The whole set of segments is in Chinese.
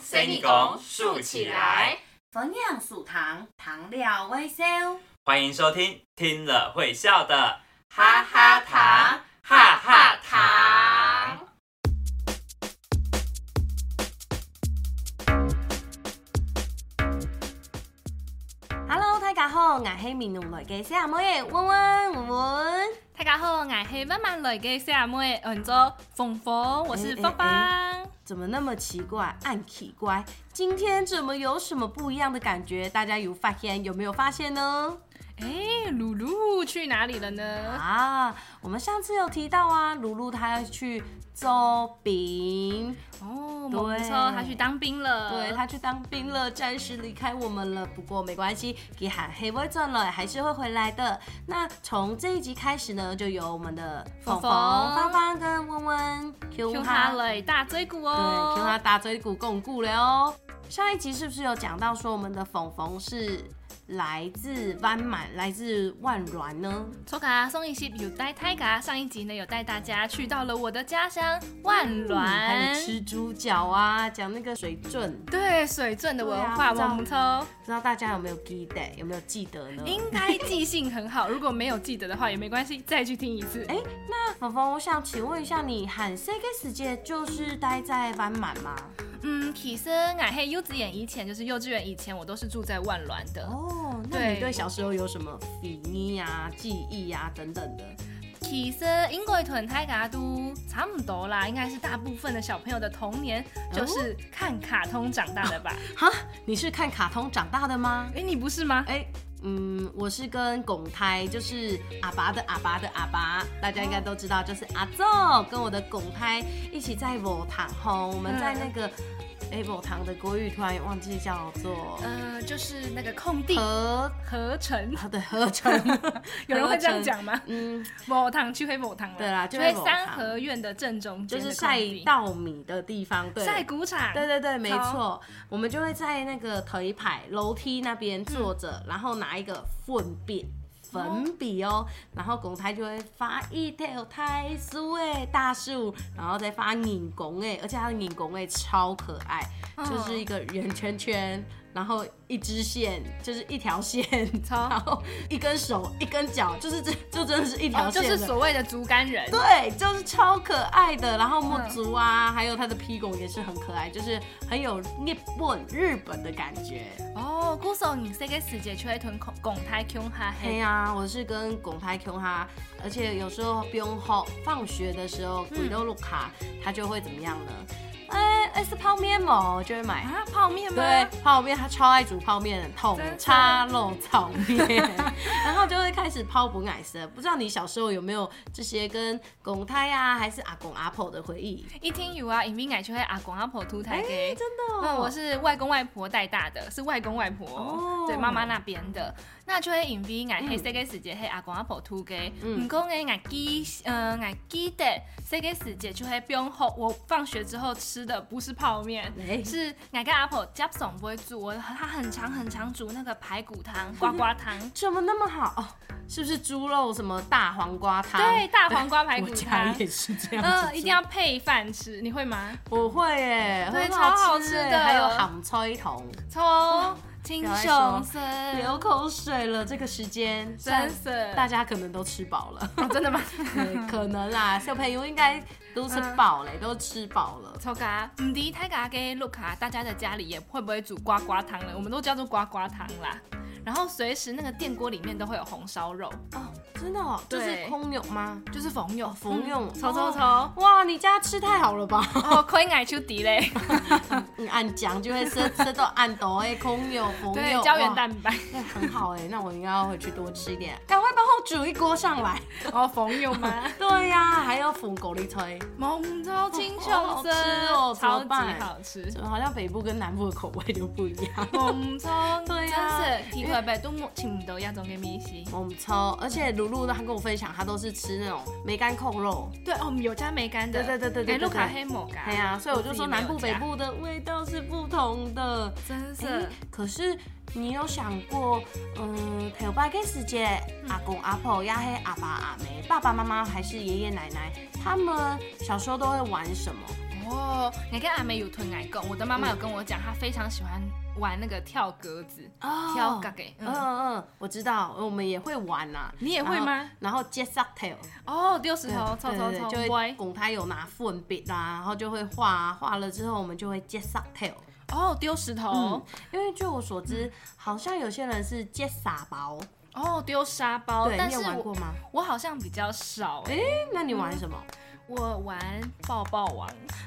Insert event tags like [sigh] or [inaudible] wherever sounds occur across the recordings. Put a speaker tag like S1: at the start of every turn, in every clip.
S1: 水逆拱竖起来，
S2: 分享属糖，糖料微笑，
S1: 欢迎收听，听了会笑的
S2: 哈哈糖，
S1: 哈哈糖。
S2: Hello，大家好，我是闽南来嘅小妹嘅温温文文。
S3: 大家好，我是慢慢来的小妹，嗯，做凤凤，我
S2: 嗯
S3: 是芳芳。
S2: 怎么那么奇怪？暗奇怪，今天怎么有什么不一样的感觉？大家有发现有没有发现呢？
S3: 哎、露露去哪里了呢？
S2: 啊，我们上次有提到啊，露露她要去周饼，
S3: 哦，
S2: 对
S3: 没错，她去当兵了。
S2: 对，她去当兵了，暂时离开我们了。不过没关系，给喊黑微转了，还是会回来的。那从这一集开始呢，就由我们的
S3: 凤
S2: 凤
S3: 凤
S2: 凤、芳芳跟温温
S3: Q
S2: Q
S3: 哈
S2: 哈
S3: 了大追骨
S2: 对
S3: 哦。
S2: ，Q 他打嘴鼓共固了哦。上一集是不是有讲到说我们的冯冯是来自湾满，来自万峦呢？
S3: 错卡送一些有带泰嘎，上一集呢有带大家去到了我的家乡
S2: 嗯
S3: 万峦。
S2: 还有吃猪脚啊，讲那个水圳，
S3: 对水圳的文化，
S2: 对啊
S3: 我们抽
S2: 不知道大家有没有记得，有没有记得呢？
S3: 应该记性很好，如果没有记得的话也没关系，再去听一次。
S2: 哎那冯冯，我想请问一下你，喊 C 个世界就是待在湾满吗？
S3: 嗯，其实俺嘿幼稚园以前就是幼稚园以前，我都是住在万峦的。
S2: 哦，那你
S3: 对
S2: 对小时候有什么比拟啊、记忆啊等等的？
S3: 其实英国屯泰嘎都差不多啦，应该是大部分的小朋友的童年
S2: 哦
S3: 就是看卡通长大的
S2: [laughs]
S3: 吧？
S2: 哈，你是看卡通长大的吗？
S3: 哎、你不是吗？
S2: 哎、嗯，我是跟拱胎，就是阿爸的阿爸的阿爸，大家应该都知道，就是阿仲跟我的拱胎一起在某堂吼，我们在那个哎某堂的国语突然忘记叫做
S3: 嗯呃，就是那个空地
S2: 合
S3: 合成，，
S2: 啊对合成
S3: [laughs] 有人会这样讲吗？
S2: 嗯，
S3: 某堂去回某堂了，
S2: 对啦
S3: 去
S2: 去
S3: 回
S2: 回某堂
S3: 三合院的正中
S2: 就
S3: 间的
S2: 是
S3: 空
S2: 晒
S3: 地
S2: 稻米的地方，对。
S3: 晒谷场，
S2: 对对对，没
S3: 超
S2: 错，我们就会在那个头一排楼梯那边坐着，然后拿一个粉笔。粉笔哦，然后拱台就会发一条台树诶，大树，然后再发拧拱诶，而且它的拧拱诶超可爱，
S3: 嗯哦
S2: 就是一个圆圈圈，然后一支线，就是一条线，
S3: 超
S2: 然后一根手，一根脚，就是这就真的是一条
S3: 哦，就
S2: 线的、
S3: 是所谓的竹竿人，
S2: 对，就是超可爱的。然后墨
S3: 嗯
S2: 竹啊，还有它的披拱也是很可爱，就是很有日本日本的感觉。
S3: 哦，故手你这个时节去会屯拱拱台 Q 哈
S2: 对
S3: 黑，
S2: 呀、啊我是跟拱台 Q 哈，而且有时候不用后放学的时候，鬼都路卡，他就会怎么样呢？哎、哎是泡面嘛，我就会买。
S3: 啊，泡面吗？
S2: 对，泡面他超爱煮泡面，桶
S3: 真的
S2: 叉肉炒 [laughs] 面，然后就会开始泡补奶蛇。不知道你小时候有没有这些跟拱胎啊，还是阿公阿婆的回忆？
S3: 一听有啊，影片奶就会阿公阿婆吐台给。
S2: 真的、哦
S3: 嗯，我是外公外婆带大的，是外公外婆，
S2: 哦嗯
S3: 对妈妈那边的。那就会引比俺黑这个时节黑阿公阿婆吐给，唔讲诶俺记，呃俺记得这个时节就会不用后，我放学之后吃的不是泡面。
S2: 哎
S3: 是俺跟阿婆家总不会煮，我他很常很常煮那个排骨
S2: [laughs]
S3: 汤、呱呱汤，
S2: 怎么那么好？哦、是不是猪肉什么大黄瓜汤？
S3: 对，大黄瓜排
S2: 我
S3: 骨
S2: 家
S3: 汤，
S2: 也是这样子、
S3: 嗯，一定。要配饭吃，你会吗？
S2: 我会耶，
S3: 对
S2: 很
S3: 超好
S2: 吃
S3: 吃
S2: 耶
S3: 的
S2: 还有杭吹筒，
S3: 葱、青
S2: 不要
S3: 雄
S2: 再
S3: 参、
S2: 流口水了。这个时间，虽然
S3: 真是
S2: 大家可能都吃饱了，
S3: 哦，真的吗？
S2: [laughs] 对可能啦，小朋友应该都吃饱嘞，都吃饱了。
S3: 臭咖，唔敌太咖给洛卡，大家的家里也会不会煮呱呱汤了？我们都叫做呱呱汤啦。然后随时那个电锅里面都会有红烧肉，
S2: 哦，真的哦，就是
S3: 对
S2: 空泳吗？
S3: 就是冯友
S2: 冯友
S3: 抽抽抽，
S2: 哇，你家吃太好了吧？ [laughs]
S3: 哦，亏矮丘迪 [laughs] 嘞，
S2: 嗯按讲就会吃吃到按抖哎，空泳、朋
S3: 对
S2: 友、，
S3: 胶原
S2: 哇
S3: 蛋白，
S2: 那很好哎、那我应该要回去多吃一点，赶快帮我煮一锅上来。 [laughs]
S3: 哦，冯友 [laughs] 吗？
S2: 对呀、还要粉狗力吹，
S3: 蒙超青
S2: 好
S3: 秀
S2: 吃
S3: 参
S2: 哦怎
S3: 超
S2: 么
S3: 级
S2: 办
S3: 好吃。
S2: 怎么好像北部跟南部的口味就不一样？
S3: [laughs] 蒙超，
S2: 对啊
S3: 真是体会百度请不到亚种给米西。
S2: 我们超，而且露露她跟我分享，她都是吃那种梅干扣肉。
S3: 对哦，有加梅干的，
S2: 对对对对对对
S3: 哎洛卡
S2: 对
S3: 黑某咖，
S2: 哎呀、所以我就说南部
S3: 自
S2: 北
S3: 己没有加
S2: 部的味道是不同的。
S3: 真是。
S2: 哎可是你有想过，嗯，台湾的世界，阿公阿婆呀，嘿阿爸阿妹，爸爸妈妈还是爷爷奶奶，他们小时候都会玩什么？
S3: 哦，你跟阿美有吞奶共，我的妈妈有跟我讲，她非常喜欢玩那个跳格子，
S2: 哦
S3: 跳格给。
S2: 嗯
S3: 嗯，
S2: 嗯嗯，我知道，我们也会玩啦、
S3: 你也会吗
S2: 然后？然后接 s u c k tail，
S3: 哦，丢石头，抽
S2: 对
S3: 抽
S2: 对对
S3: 抽，
S2: 就会
S3: 歪。
S2: 拱它有拿粉笔啦，然后就会画啊，画了之后我们就会接 s u c k tail。
S3: 哦，丢石头
S2: 嗯。，因为据我所知，
S3: 嗯
S2: 好像有些人是接傻包，
S3: 哦，丢沙包。
S2: 对，
S3: 但
S2: 你
S3: 是
S2: 有玩过
S3: 我
S2: 吗？
S3: 我好像比较少欸
S2: 哎、那你玩什么？
S3: 我玩抱抱王。嗯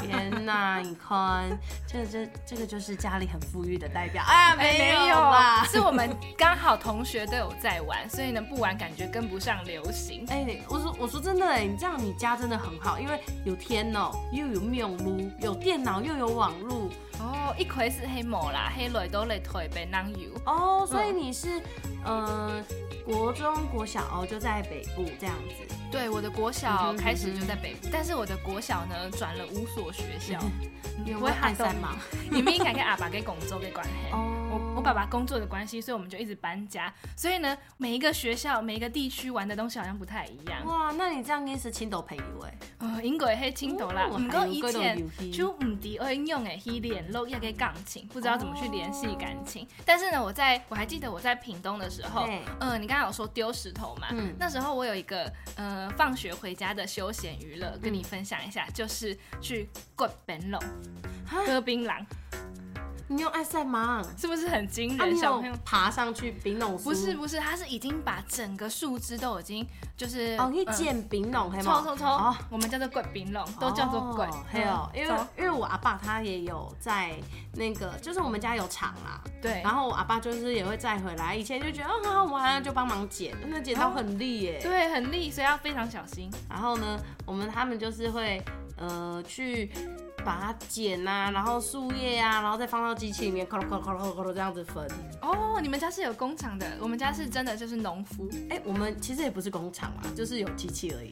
S2: 天呐，你看，这这这个就是家里很富裕的代表。哎呀，
S3: 哎
S2: 没啦。
S3: [laughs] 是我们刚好同学都有在玩，所以呢不玩感觉跟不上流行。
S2: 哎、我说我说真的哎、你这样你家真的很好，因为有天哦、又有面撸，有电脑又有网路
S3: 哦，一葵是黑某啦，黑雷都雷腿被浪游。
S2: 哦，所以你是嗯、呃国中国小哦就在北部这样子，
S3: 对，我的国
S2: 嗯
S3: 小
S2: 哼
S3: 开始就在北部，但是我的国小呢转了五所学校，
S2: 嗯你有
S3: 不
S2: 没
S3: 会
S2: 有
S3: 哈
S2: 看
S3: 动
S2: 三毛？
S3: 你们应该跟阿爸跟工作给关系。
S2: [laughs] 哦
S3: 我我爸爸工作的关系，所以我们就一直搬家。所以呢，每一个学校、每一个地区玩的东西好像不太一样。
S2: 哇，那你这样应是青豆朋友哎，
S3: 呃，英国黑青豆啦，
S2: 哦
S3: 唔过以
S2: 还有各
S3: 前
S2: 种游戏
S3: 就唔知会用诶去联络一个感情，不知道怎么去联系感情。
S2: 哦
S3: 但是呢，我在我还记得我在屏东的时候
S2: 对，
S3: 呃，你刚刚有说丢石头嘛，
S2: 嗯
S3: 那时候我有一个呃放学回家的休闲娱乐，跟你分享一下，就是去割槟榔，
S2: 哈
S3: 割槟榔，
S2: 你用爱赛盲，
S3: 是不是很惊
S2: 啊
S3: 人？
S2: 你
S3: 小朋友
S2: 有。爬上去丙弄
S3: 不是不是，他是已经把整个树枝都已经就是
S2: 哦，你
S3: 嗯
S2: 见丙弄黑
S3: 抽
S2: 吗？
S3: 抽抽，
S2: 哦
S3: 我们叫做滚冰龙，都叫做嗯滚。
S2: 还有，哦因为
S3: 走
S2: 因为我阿爸他也有在那个，就是我们家有厂啦，
S3: 对，
S2: 然后我阿爸就是也会载回来，以前就觉得哦很好玩啊，就帮忙剪，那剪
S3: 哦
S2: 刀很利耶。
S3: 对，很利，所以要非常小心。
S2: 然后呢，我们他们就是会呃去把它剪啊，然后树叶啊，然后再放到机器里面，咯咯咯咯咯咯这样子分。
S3: 哦，你们家是有工厂的，我们家是真的就是农夫，
S2: 哎，我们其实也不是工厂啦，啊就是有机器而 [laughs] 已。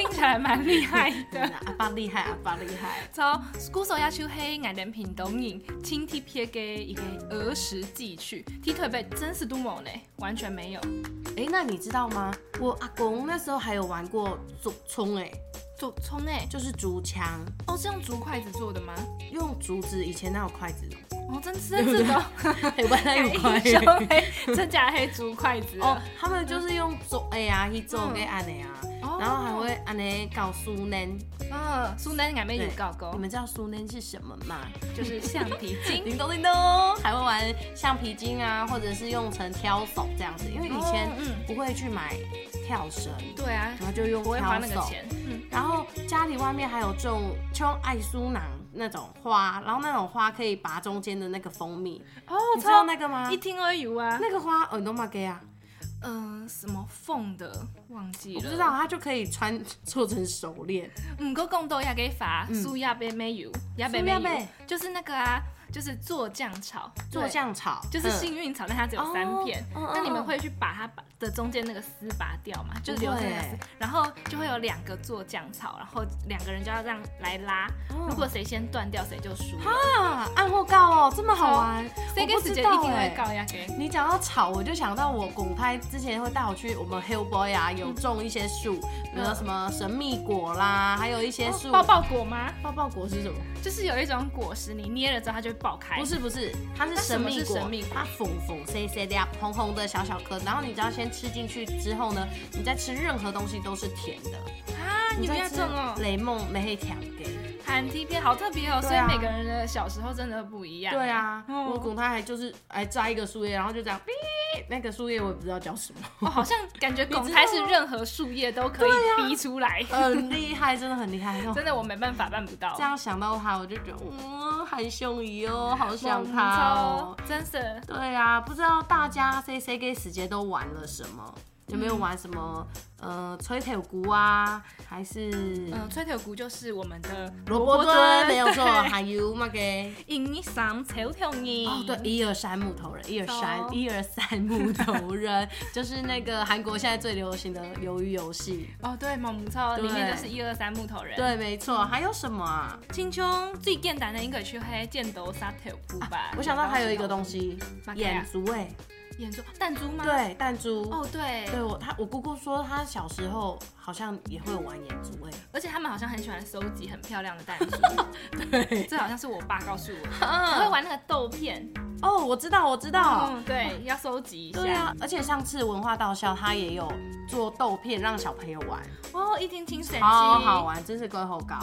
S3: 听起来蛮厉害的。
S2: 阿啊爸厉害，阿爸厉害。
S3: 从古手要去黑眼人品懂饮，轻踢撇给一个儿时寄去，踢腿被真是都猛嘞，完全没有。
S2: 哎，那你知道吗？我阿公那时候还有玩过竹冲，哎，
S3: 竹葱哎，
S2: 就是竹枪。
S3: 哦是用竹筷子做的吗？
S2: 用竹子，以前那有筷子，哎
S3: 哦，真真
S2: [laughs]
S3: 是的，
S2: 台湾那有筷
S3: 英
S2: [laughs] 子。
S3: 雄黑，真假黑竹筷子啊
S2: 哦
S3: 了。，
S2: 他们就是用竹哎呀去做给安尼啊，
S3: 哦
S2: 然后还会安尼搞苏嫩。
S3: 嗯，苏南眼妹有搞
S2: 你
S3: 勾，
S2: 们知道苏嫩是什么吗？
S3: 就是橡皮
S2: [laughs]
S3: 筋。
S2: 叮咚叮咚，还会玩橡皮筋啊，或者是用成挑手这样子，因为以前
S3: 哦嗯
S2: 不会去买跳绳，
S3: 对啊，
S2: 然后就用
S3: 不会
S2: 挑
S3: 花那个
S2: 手。
S3: 钱。嗯，
S2: 然后家里外面还有种种爱苏囊那种花，然后那种花可以拔中间的那个蜂蜜，
S3: 哦，
S2: 你知道那个吗
S3: 一？听而已啊。
S2: 那个花耳朵嘛给啊。
S3: 嗯、什么凤的忘记了，
S2: 我不知道，。它就可以穿做成手链。
S3: 嗯，够共斗亚给法苏亚贝没有，亚贝没
S2: 嗯苏亚贝
S3: 有，就是那个啊，就是做酱草，
S2: 做酱草，
S3: 对。就是
S2: 嗯
S3: 幸运草，但它只有三片。
S2: 哦嗯
S3: 那
S2: 嗯
S3: 你们
S2: 嗯
S3: 会去把它把的中间那个丝拔掉吗？就是
S2: 不
S3: 留
S2: 会
S3: 着那个丝，然后就会有两个做酱草，然后两个人就要这样来拉，
S2: 嗯
S3: 如果谁先断掉谁就输了。
S2: 哦啊，按或告哦，这么好玩，
S3: 谁
S2: 我
S3: 给
S2: 不
S3: 时
S2: 知
S3: 间
S2: 道
S3: 一定
S2: 哎
S3: 会。告亚给。
S2: 你讲到草，我就想到我拱拍之前会带我去我们 Hillboy 啊，有种一些树，比如说什么神秘果啦，还有一些树。
S3: 哦爆爆果吗？
S2: 爆爆果是什么？
S3: 就是有一种果实，你捏了之后它就会爆开。
S2: 不是不是，它是
S3: 那什
S2: 神
S3: 么
S2: 秘
S3: 是
S2: 果，
S3: 神秘果
S2: 它粉粉 C C 的呀，红红的小小颗，然后你只要先吃进去之后呢，你再吃任何东西都是甜的。
S3: 啊，你们要
S2: 再
S3: 这
S2: 吃
S3: 种哦，
S2: 雷梦没黑甜给。
S3: 韩 T 片好特别哦，所
S2: 对
S3: 以
S2: 啊
S3: 每个人的小时候真的不一样。
S2: 对，啊，
S3: 嗯
S2: 我拱它还就是还摘一个树叶，然后就这样，哔那个树叶我也不知道叫什么，
S3: 哦，好像感觉拱
S2: 你知道啊
S3: 胎是任何树叶都可以逼出来，
S2: 很厉害，真的很厉害。 [laughs] 然后
S3: 真的我没办法办不到。
S2: 这样想到它，我就觉得，嗯，韩秀仪哦，好想它哦。
S3: 猛抽，真是
S2: 对啊，不知道大家 C C G 时节都玩了什么？有没有玩什么？呃，吹铁鼓啊，还是
S3: 嗯，吹铁鼓就是我们的
S2: 呃萝卜蹲？没有错，
S3: 对
S2: 还 [laughs] 有那个。
S3: 一三抽跳你。
S2: 哦，对，一二三木头人，一二
S3: 哦
S2: 三，一二三木头人，就是那个韩国现在最流行的鱿鱼游戏。
S3: 哦对，猛抽
S2: 对
S3: 里面就是一二三木头人。，
S2: 对，没错。还有什么啊？
S3: 青春最简单的应该去黑剑斗沙铁鼓吧。
S2: 啊我想到还有一个东西，
S3: 马克呀
S2: 眼足哎，
S3: 啊演奏弹珠吗？，
S2: 对，弹珠。
S3: 哦对，
S2: 对我，他我姑姑说他小时候好像也会玩眼珠哎、
S3: 而且他们好像很喜欢收集很漂亮的弹珠，
S2: [laughs] 对，
S3: 这好像是我爸告诉我的，他会
S2: 嗯，
S3: 玩那个豆片，
S2: 哦，我知道，我知道。
S3: 嗯，对，要收集一下。
S2: 哦对啊，而且上次文化到校他也有做豆片让小朋友玩，
S3: 哦，一听听神机，
S2: 好好玩，真是龟吼高。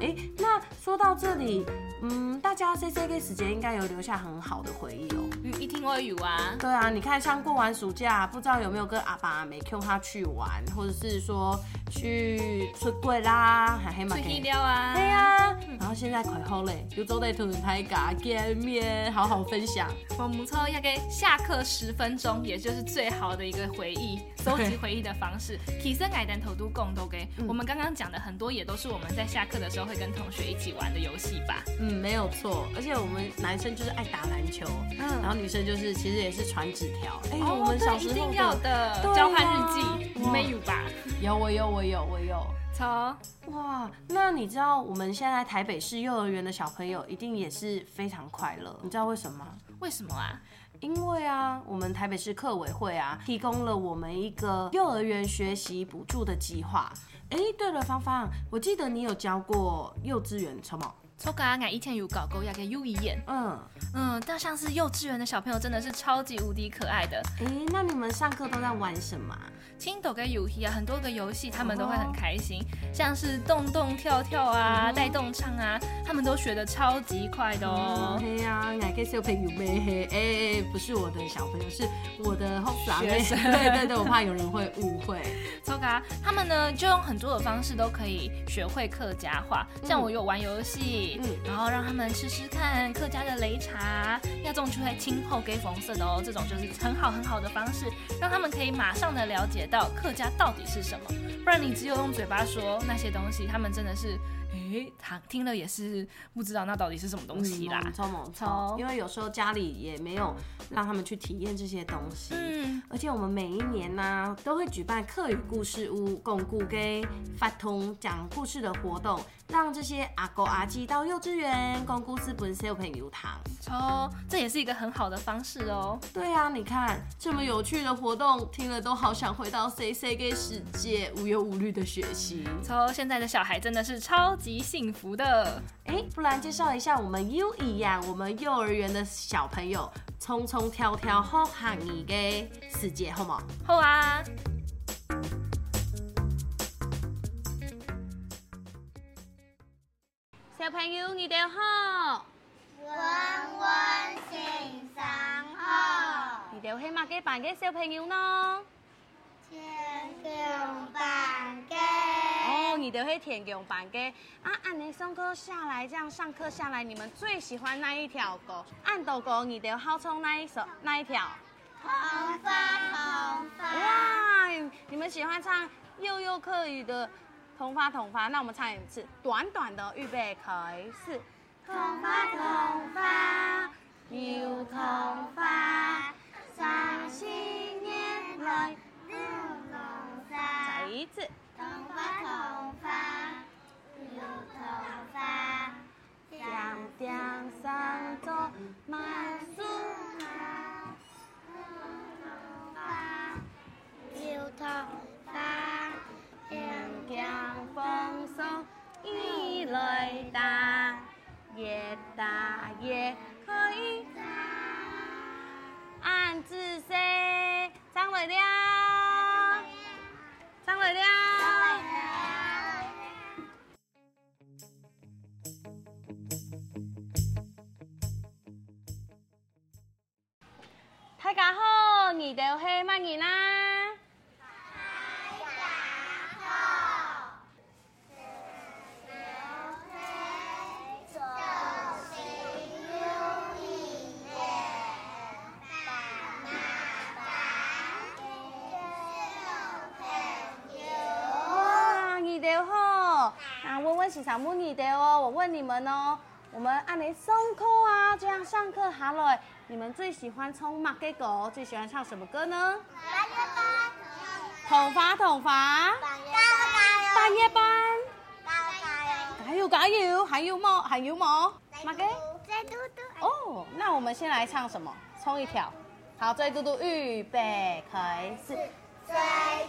S2: 哎、那说到这里，嗯，大家 C C K 时节应该有留下很好的回忆哦。
S3: 嗯，一听我语啊，
S2: 对啊，你看像过完暑假，不知道有没有跟阿爸阿妹 Q 他去玩，或者是说去出柜啦，还黑马
S3: 最黑料啊，
S2: 对呀、啊，然后现在快后嘞，有周类图拍嘎见面，好好分享。
S3: 我们抽要给下课十分钟，也就是最好的一个
S2: [laughs]
S3: 回忆，收集回忆的方式。 [laughs] 提升矮蛋头都共都给、
S2: 嗯
S3: 我们刚刚讲的很多，也都是我们在下课的时候会跟同学一起玩的游戏吧。
S2: 嗯，没有错，而且我们男生就是爱打篮球，然
S3: 嗯，
S2: 后女生就是其实也是传纸条。哎、
S3: 哦，
S2: 我们小
S3: 对，
S2: 时
S3: 一
S2: 候
S3: 定要
S2: 的啊
S3: 的
S2: 对啊
S3: 交换日记
S2: 哇
S3: 没有吧？
S2: 有我有我有我有。
S3: 抽
S2: 哇，那你知道我们现在台北市幼儿园的小朋友一定也是非常快乐，你知道为什么吗？
S3: 为什么啊？
S2: 因为啊，我们台北市客委会啊，提供了我们一个幼儿园学习补助的计划。哎，对了，芳芳，我记得你有教过幼稚园，什么？
S3: 抽个矮啊以前有搞过要给 U 一眼，
S2: 嗯，
S3: 嗯，但像是幼稚园的小朋友真的是超级无敌可爱的，
S2: 哎，那你们上课都在玩什么啊？
S3: 青斗跟游戏啊，很多个游戏他们都会很开心，像是动动跳跳啊、带动唱啊，他们都学的超级快的哦。
S2: 嗯嘿呀，哎我给小朋友妹嘿，哎、不是我的小朋友，是我的后长妹。
S3: 学生
S2: [laughs] 对对对，我怕有人会误会。
S3: 糟糕，他们呢就用很多的方式都可以学会客家话，像我有玩游戏，
S2: 嗯
S3: 然后让他们试试看客家的擂茶，那种就会青后给红色的哦，这种就是很好很好的方式，让他们可以马上的了解到客家到底是什么。不然你只有用嘴巴说那些东西，他们真的是，诶，他听了也是不知道那到底是什么东西啦。
S2: 嗯超猛超
S3: 超，
S2: 因为有时候家里也没有让他们去体验这些东西。
S3: 嗯，
S2: 而且我们每一年呢、都会举办客语故事屋、巩固给发通讲故事的活动，让这些阿狗阿鸡到幼稚园、公姑私本小朋友堂。
S3: 超，这也是一个很好的方式哦。
S2: 对啊，你看这么有趣的活动，听了都好想回到 [laughs] C C 给世界，无忧无虑的学习。
S3: 超，现在的小孩真的是超级幸福的。
S2: 哎，不然介绍一下我们 U 一呀，我们幼儿园的小朋友，匆匆挑挑好喊你给世界，好吗？
S3: 后啊，
S2: 小朋友，你的好。
S4: 温温请上后，
S2: 你就希望给扮给小朋友呢？
S4: 千九板给。
S2: 哦，你的会田用版给啊，按你上课下来，这样上课下来，你们最喜欢那一条狗？按豆狗，你的好冲那一首那一条。
S4: 红发红发，
S2: 哇，你们喜欢唱幼幼课语的同发同发，那我们唱一次，短短的，预备，开始。
S4: 红发红发，有红发，三新年来日红
S2: 再
S4: 发，
S2: 一次，
S4: 红发红发，有红发，点
S2: 点上桌，满
S4: 树啊，红发，有头发，点
S2: 江风送一来大，越大越可以。暗自说，张伟亮，张伟亮。大家好，你的黑曼尼啦。哇，哦你的吼，啊，温温是啥木你的哦？我问你们哦，我们按你松课啊，这样上课哈喽，你们最喜欢冲马给狗，最喜欢唱什么歌呢？统伐统伐，半夜班，还有还有还有么？还有么？马给哦，那我们先来唱什么？冲一条，好，这里嘟嘟预备开始。
S4: 追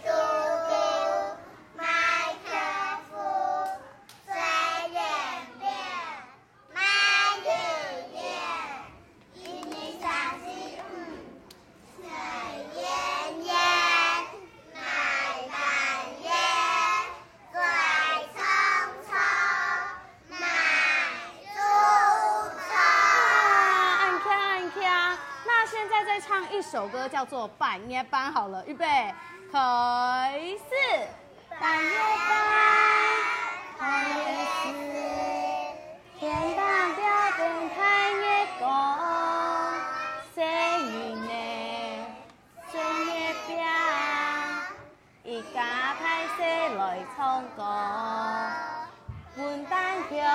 S4: 嘟嘟，麦克夫，追便便，麦日月，一米三七五，水烟烟，奶奶烟，鬼匆匆，买猪
S2: 啊，
S4: 车。
S2: 按 K 按 K 啊！那现在再唱一首歌，叫做《半夜班》好了，预备，开始。
S4: 半夜班，半夜市，天堂表定太热歌，
S2: 谁云呢？谁夜班？一家派谁来唱歌？分担票。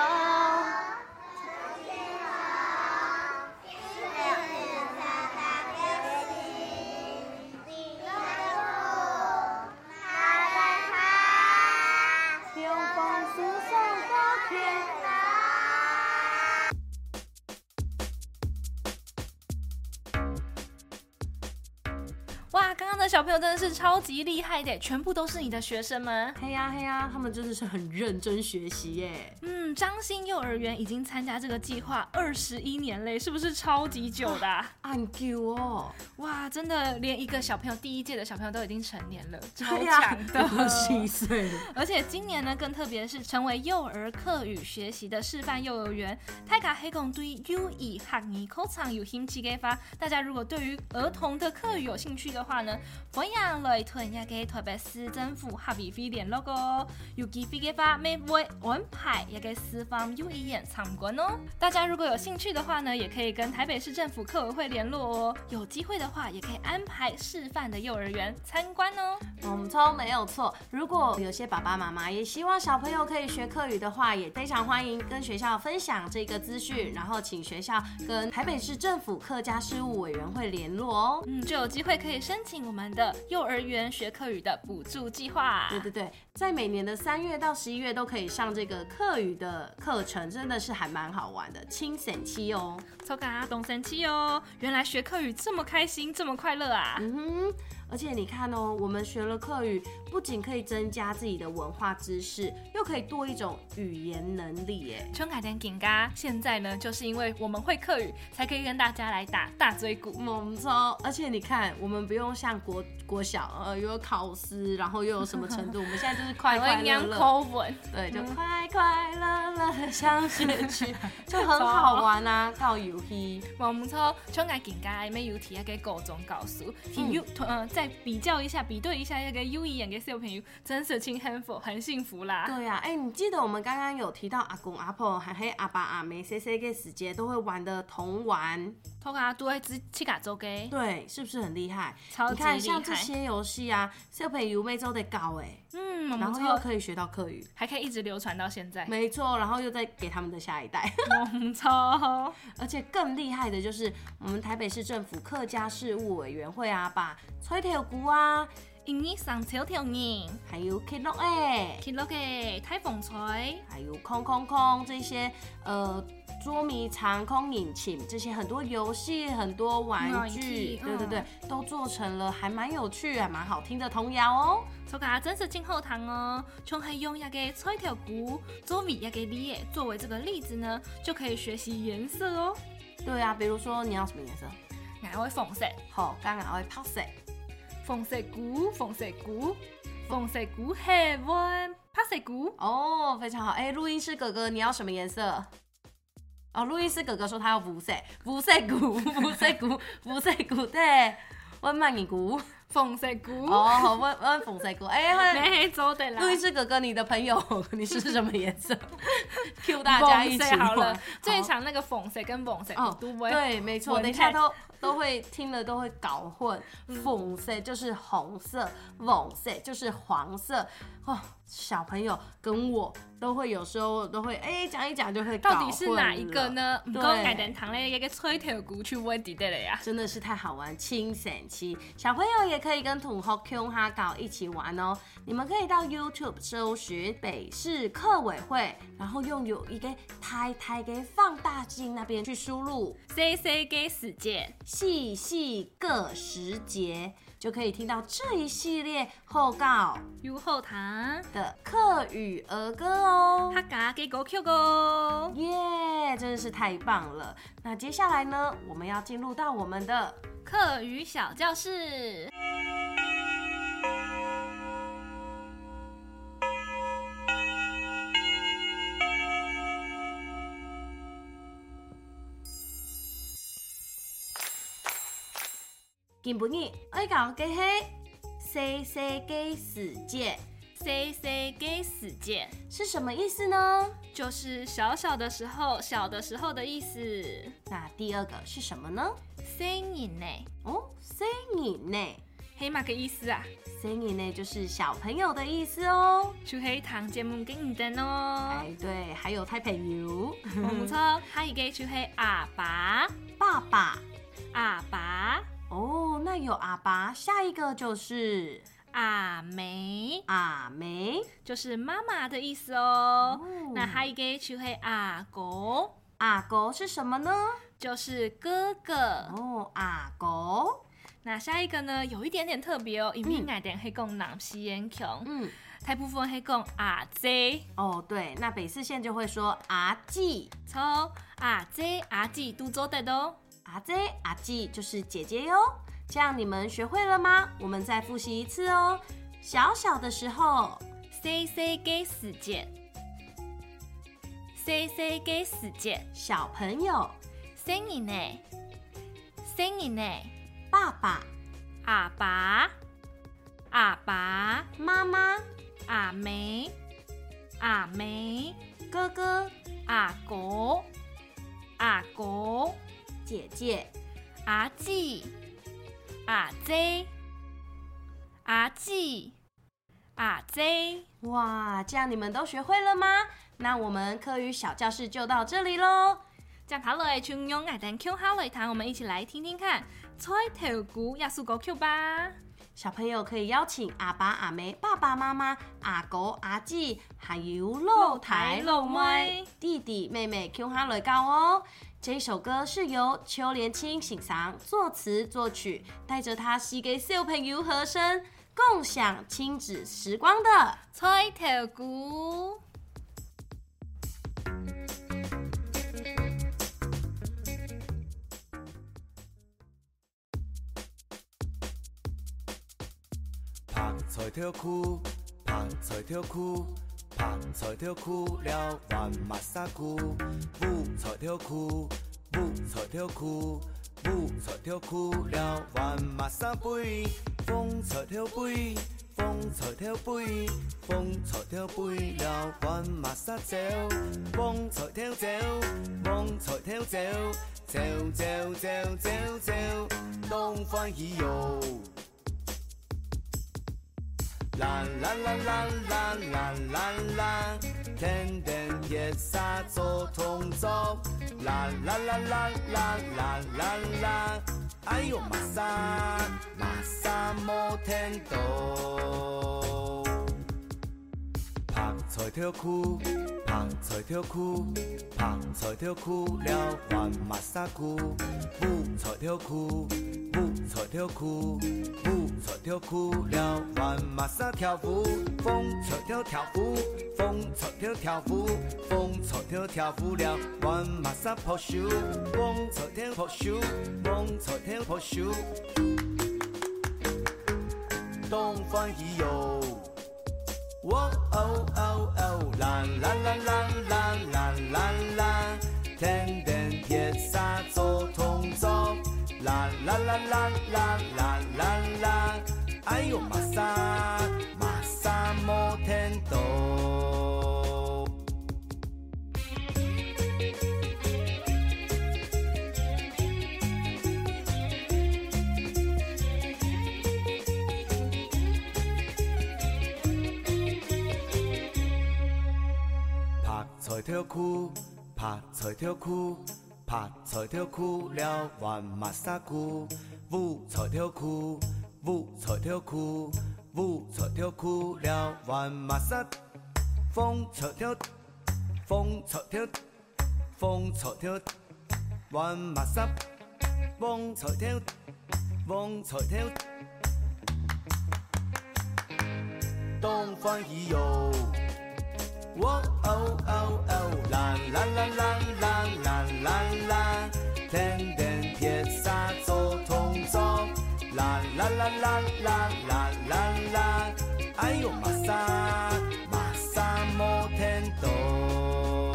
S2: 用风俗送到天
S3: 哇，刚刚的小朋友真的是超级厉害的，全部都是你的学生吗？
S2: 嘿呀嘿呀，他们真的是很认真学习耶。
S3: 嗯，张兴幼儿园已经参加这个计划二十一年嘞，是不是超级久的啊、
S2: 按 Q 哦，
S3: 哇，真的连一个小朋友第一届的小朋友都已经成年了，超
S2: [laughs] 对
S3: [laughs]
S2: 呀哦
S3: 强的。
S2: 二十一岁了，
S3: 而且今年呢，更特别是成为幼儿课语学习的示范幼儿园。泰卡黑贡对 U E 哈尼口唱有兴趣给发。大家如果对于儿童的课语有兴趣的话呢，欢迎来屯亚给台北市政府哈比菲联络哦。有机会给发每位文牌也给四方 U E 演参观哦。大家如果有兴趣的话呢，也可以跟台北市政府课委会联络哦。有机会的话，也可以安排示范的幼儿园参观哦。
S2: 我们超没有错。如果有些爸爸妈妈也希望小朋友可以学课语的话，也非常欢迎跟学校分享这个资讯，然后请学校跟台北市政府客家事务委员会联络
S3: [laughs]
S2: 哦。
S3: 嗯，就有机会可以申请我们的幼儿园学课语的补助计划。
S2: 对对对，在每年的三月到十一月都可以上这个课语的课程，真的是还蛮好玩的，清省期哦。
S3: 抽嘎懂神奇哦，原来学课语这么开心，这么快乐啊！
S2: 嗯哼，而且你看哦，我们学了课语，不仅可以增加自己的文化知识，又可以多一种语言能力耶。
S3: 春卡点紧嘎，现在呢，就是因为我们会课语，才可以跟大家来打大追鼓。
S2: 猛超！而且你看，我们不用像国国小，呃，又有考试，然后又有什么程度，我们现在就是快快
S3: 会
S2: 乐
S3: 娘
S2: 乐，
S3: 口吻，
S2: 对，就快快乐乐上学去，就很好玩啊，到游戏。
S3: 我们抽春卡紧嘎，没有题要给狗总告诉，听 U 嗯，再比较一下，比对一下，要给 U 一眼给小朋友，真是亲很否很幸福啦。
S2: 对呀、哎、你记得我们刚刚有提到阿公阿婆，还有阿爸阿妹，C C 个时节都会玩的童玩，
S3: 偷嘎啊都会吃七嘎周给，
S2: 对，是不是很厉害？嗯
S3: 超
S2: 你
S3: 级
S2: 看，
S3: 厉
S2: 像这
S3: 害。
S2: 些游戏啊，小朋友妹都得搞哎，
S3: 嗯，我
S2: 然
S3: 们
S2: 后
S3: 抽
S2: 又可以学到课语，
S3: 还可以一直流传到现在。
S2: 没错，然后又再给他们的下一代。
S3: 猛超！
S2: 而且更厉害的就是，我们台北市政府客家事务委员会啊，把吹铁鼓啊，
S3: 因你上条条人，
S2: 还有 K 龙哎，
S3: 去落个台风吹，
S2: 还有空空空这些呃。捉迷藏、空引擎这些很多游戏、很多玩
S3: 玩
S2: 具，
S3: 具
S2: 对对对，都做成了，还蛮有趣、还蛮好听的童谣哦。
S3: 所以真是进后堂哦。从还用一个吹条鼓，作为一个例子，作为这个例子呢，就可以学习颜色哦。
S2: 对啊，比如说你要什么颜色？
S3: 我会粉色，
S2: 好，刚刚会 pass
S3: 粉色鼓，粉色鼓，粉色鼓黑温，白色鼓。
S2: 哦，非常好。哎，录音师哥哥，你要什么颜色？哦，录音师哥哥说他要五色，五色鼓， [laughs] 五色鼓，五色鼓，对，温曼尼鼓。
S3: 粉色鼓，
S2: 哦，好温温粉色鼓。哎，
S3: 没
S2: 温
S3: 黑走的啦
S2: 录。音师哥哥，你的朋友 [laughs] 你是什么颜色？Q 大家一起
S3: 粉色好了
S2: 玩，
S3: 最常那个粉色跟粉色 [laughs]
S2: 哦
S3: 鼓都，会。
S2: 对，没错，
S3: 文
S2: 等一下
S3: 泰
S2: 都 [laughs] 都会听了都会搞混，粉色就是红色，粉色就是黄色。哦，小朋友跟我都会有时候都会哎讲一讲就会搞
S3: 到
S2: 混
S3: 底是哪一个
S2: 了？
S3: 呢？唔嗯
S2: 对
S3: 讲矮人堂嘞，一个吹头鼓去问底的了呀。啊
S2: 真的是太好玩，清省期，小朋友也可以跟土豪 Q 哈搞一起玩哦。你们可以到 YouTube 搜寻北市客委会，然后用有一个台台给放大镜那边去输入
S3: C C 给死界，
S2: 细细个时节，就可以听到这一系列后告
S3: U 后堂，
S2: 的客语儿歌哦。
S3: 哈嘎给狗 Q 狗，
S2: 耶真是太棒了！那接下来呢，我们要进入到我们的
S3: 课余小教室。
S2: 金本语，爱搞给嘿，C C 给死界
S3: C C 给死界，
S2: 是什么意思呢？
S3: 就是小小的时候，小的时候的意思。
S2: 那第二个是什么呢？
S3: C 你呢？
S2: 哦，C 你内
S3: 黑马个意思啊，
S2: ，C 你内就是小朋友的意思哦。
S3: 去黑糖节目给你的哦。
S2: 哎，对，还有太朋友，
S3: 我们错，还一个去黑阿爸，
S2: [laughs] 爸爸。
S3: 阿爸，
S2: 哦，那有阿爸，下一个就是
S3: 阿梅，
S2: 阿梅、
S3: 就是妈妈的意思哦。
S2: 哦
S3: 那还一个去黑阿狗，
S2: 阿狗是什么呢？
S3: 就是哥哥。
S2: 哦，阿狗，
S3: 那下一个呢，有一点点特别哦，因为爱点黑讲南西烟穷，
S2: 嗯，
S3: 大部分黑讲阿 Z，
S2: 哦，对，那北四县就会说阿季。
S3: 错阿 Z 阿记都做得哦。
S2: 阿 Z 阿 G 就是姐姐哟。这样你们学会了吗？我们再复习一次哦。小小的时候，
S3: C C 给死界，C C 给死界
S2: 小朋友、
S3: ，sing 你呢，sing 你呢，
S2: 爸爸
S3: 阿爸，阿爸，
S2: 妈妈、
S3: 阿妹，阿妹，
S2: 哥哥、
S3: 阿哥，阿哥，
S2: 姐姐、
S3: 阿姊，阿姐，阿姊，阿姐。
S2: 哇，这样你们都学会了吗？那我们课余小教室就到这里喽。
S3: 这样头落的群勇爱等 Q 好擂堂，我们一起来听听看，吹头鼓亚速狗 Q 吧。
S2: 小朋友可以邀请阿爸、阿妹、爸爸妈妈、阿狗、阿姊，还有露台、露妹、弟弟、妹妹 Q 哈来高哦。这首歌是由邱连青欣赏作词作曲，带着他西给小朋友和声，共享亲子时光的。
S3: 吹头鼓。
S5: 芳菜跳舞，芳菜跳舞，芳菜跳舞了圆马沙舞，舞菜跳舞，舞菜跳舞，舞菜跳舞了圆马沙杯，风菜跳杯，风菜跳杯，风菜跳杯了圆马沙走，风菜跳走，风菜跳走，走走走走走，东方已有。啦啦啦啦啦啦啦啦，天天夜沙做同奏，啦啦啦啦啦啦啦啦，哎呦玛莎玛莎摩天斗。芳菜跳舞，芳菜跳舞，芳菜跳舞了圆马沙舞，舞菜跳舞，舞菜跳舞，舞菜跳舞了圆马沙跳舞，风菜跳跳舞，风菜跳跳舞，风菜跳跳舞了圆马沙破手，风菜跳破手，风菜跳破手，东方已有。喔哦哦哦，啦啦啦啦啦啦啦啦，天天夜沙做同奏，啦啦啦啦啦啦啦啦，哎呦玛莎玛莎摩天斗。拍菜跳舞，拍菜跳舞，拍菜跳舞了，圆马沙舞，舞菜跳舞，舞错条裤，舞错条裤了完马萨，风错条，风错条，风错条，完马萨，风错条，风错条。东方已有，喔哦哦哦，啦啦啦啦啦啦啦啦，天天铁砂做同奏，啦啦啦啦啦啦啦啦，哎呦玛莎玛莎摩天斗。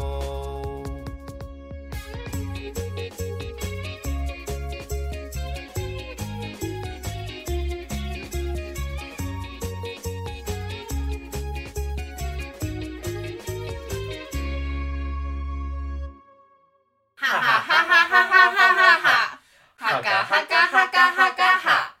S1: 哈哈哈哈哈哈哈哈哈，哈嘎哈嘎哈嘎哈嘎哈，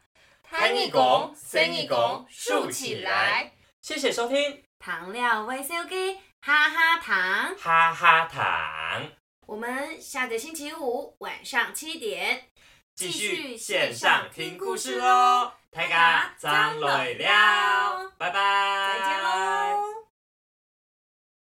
S6: 弹一拱，伸一拱，竖起来。
S1: 谢谢收听，
S2: 糖料微笑鸡，哈哈糖。
S1: 哈哈糖，
S2: 我们下个星期五晚上七点
S1: 继续线上听故哦事喽。大家张磊了，拜拜，
S2: 再见喽。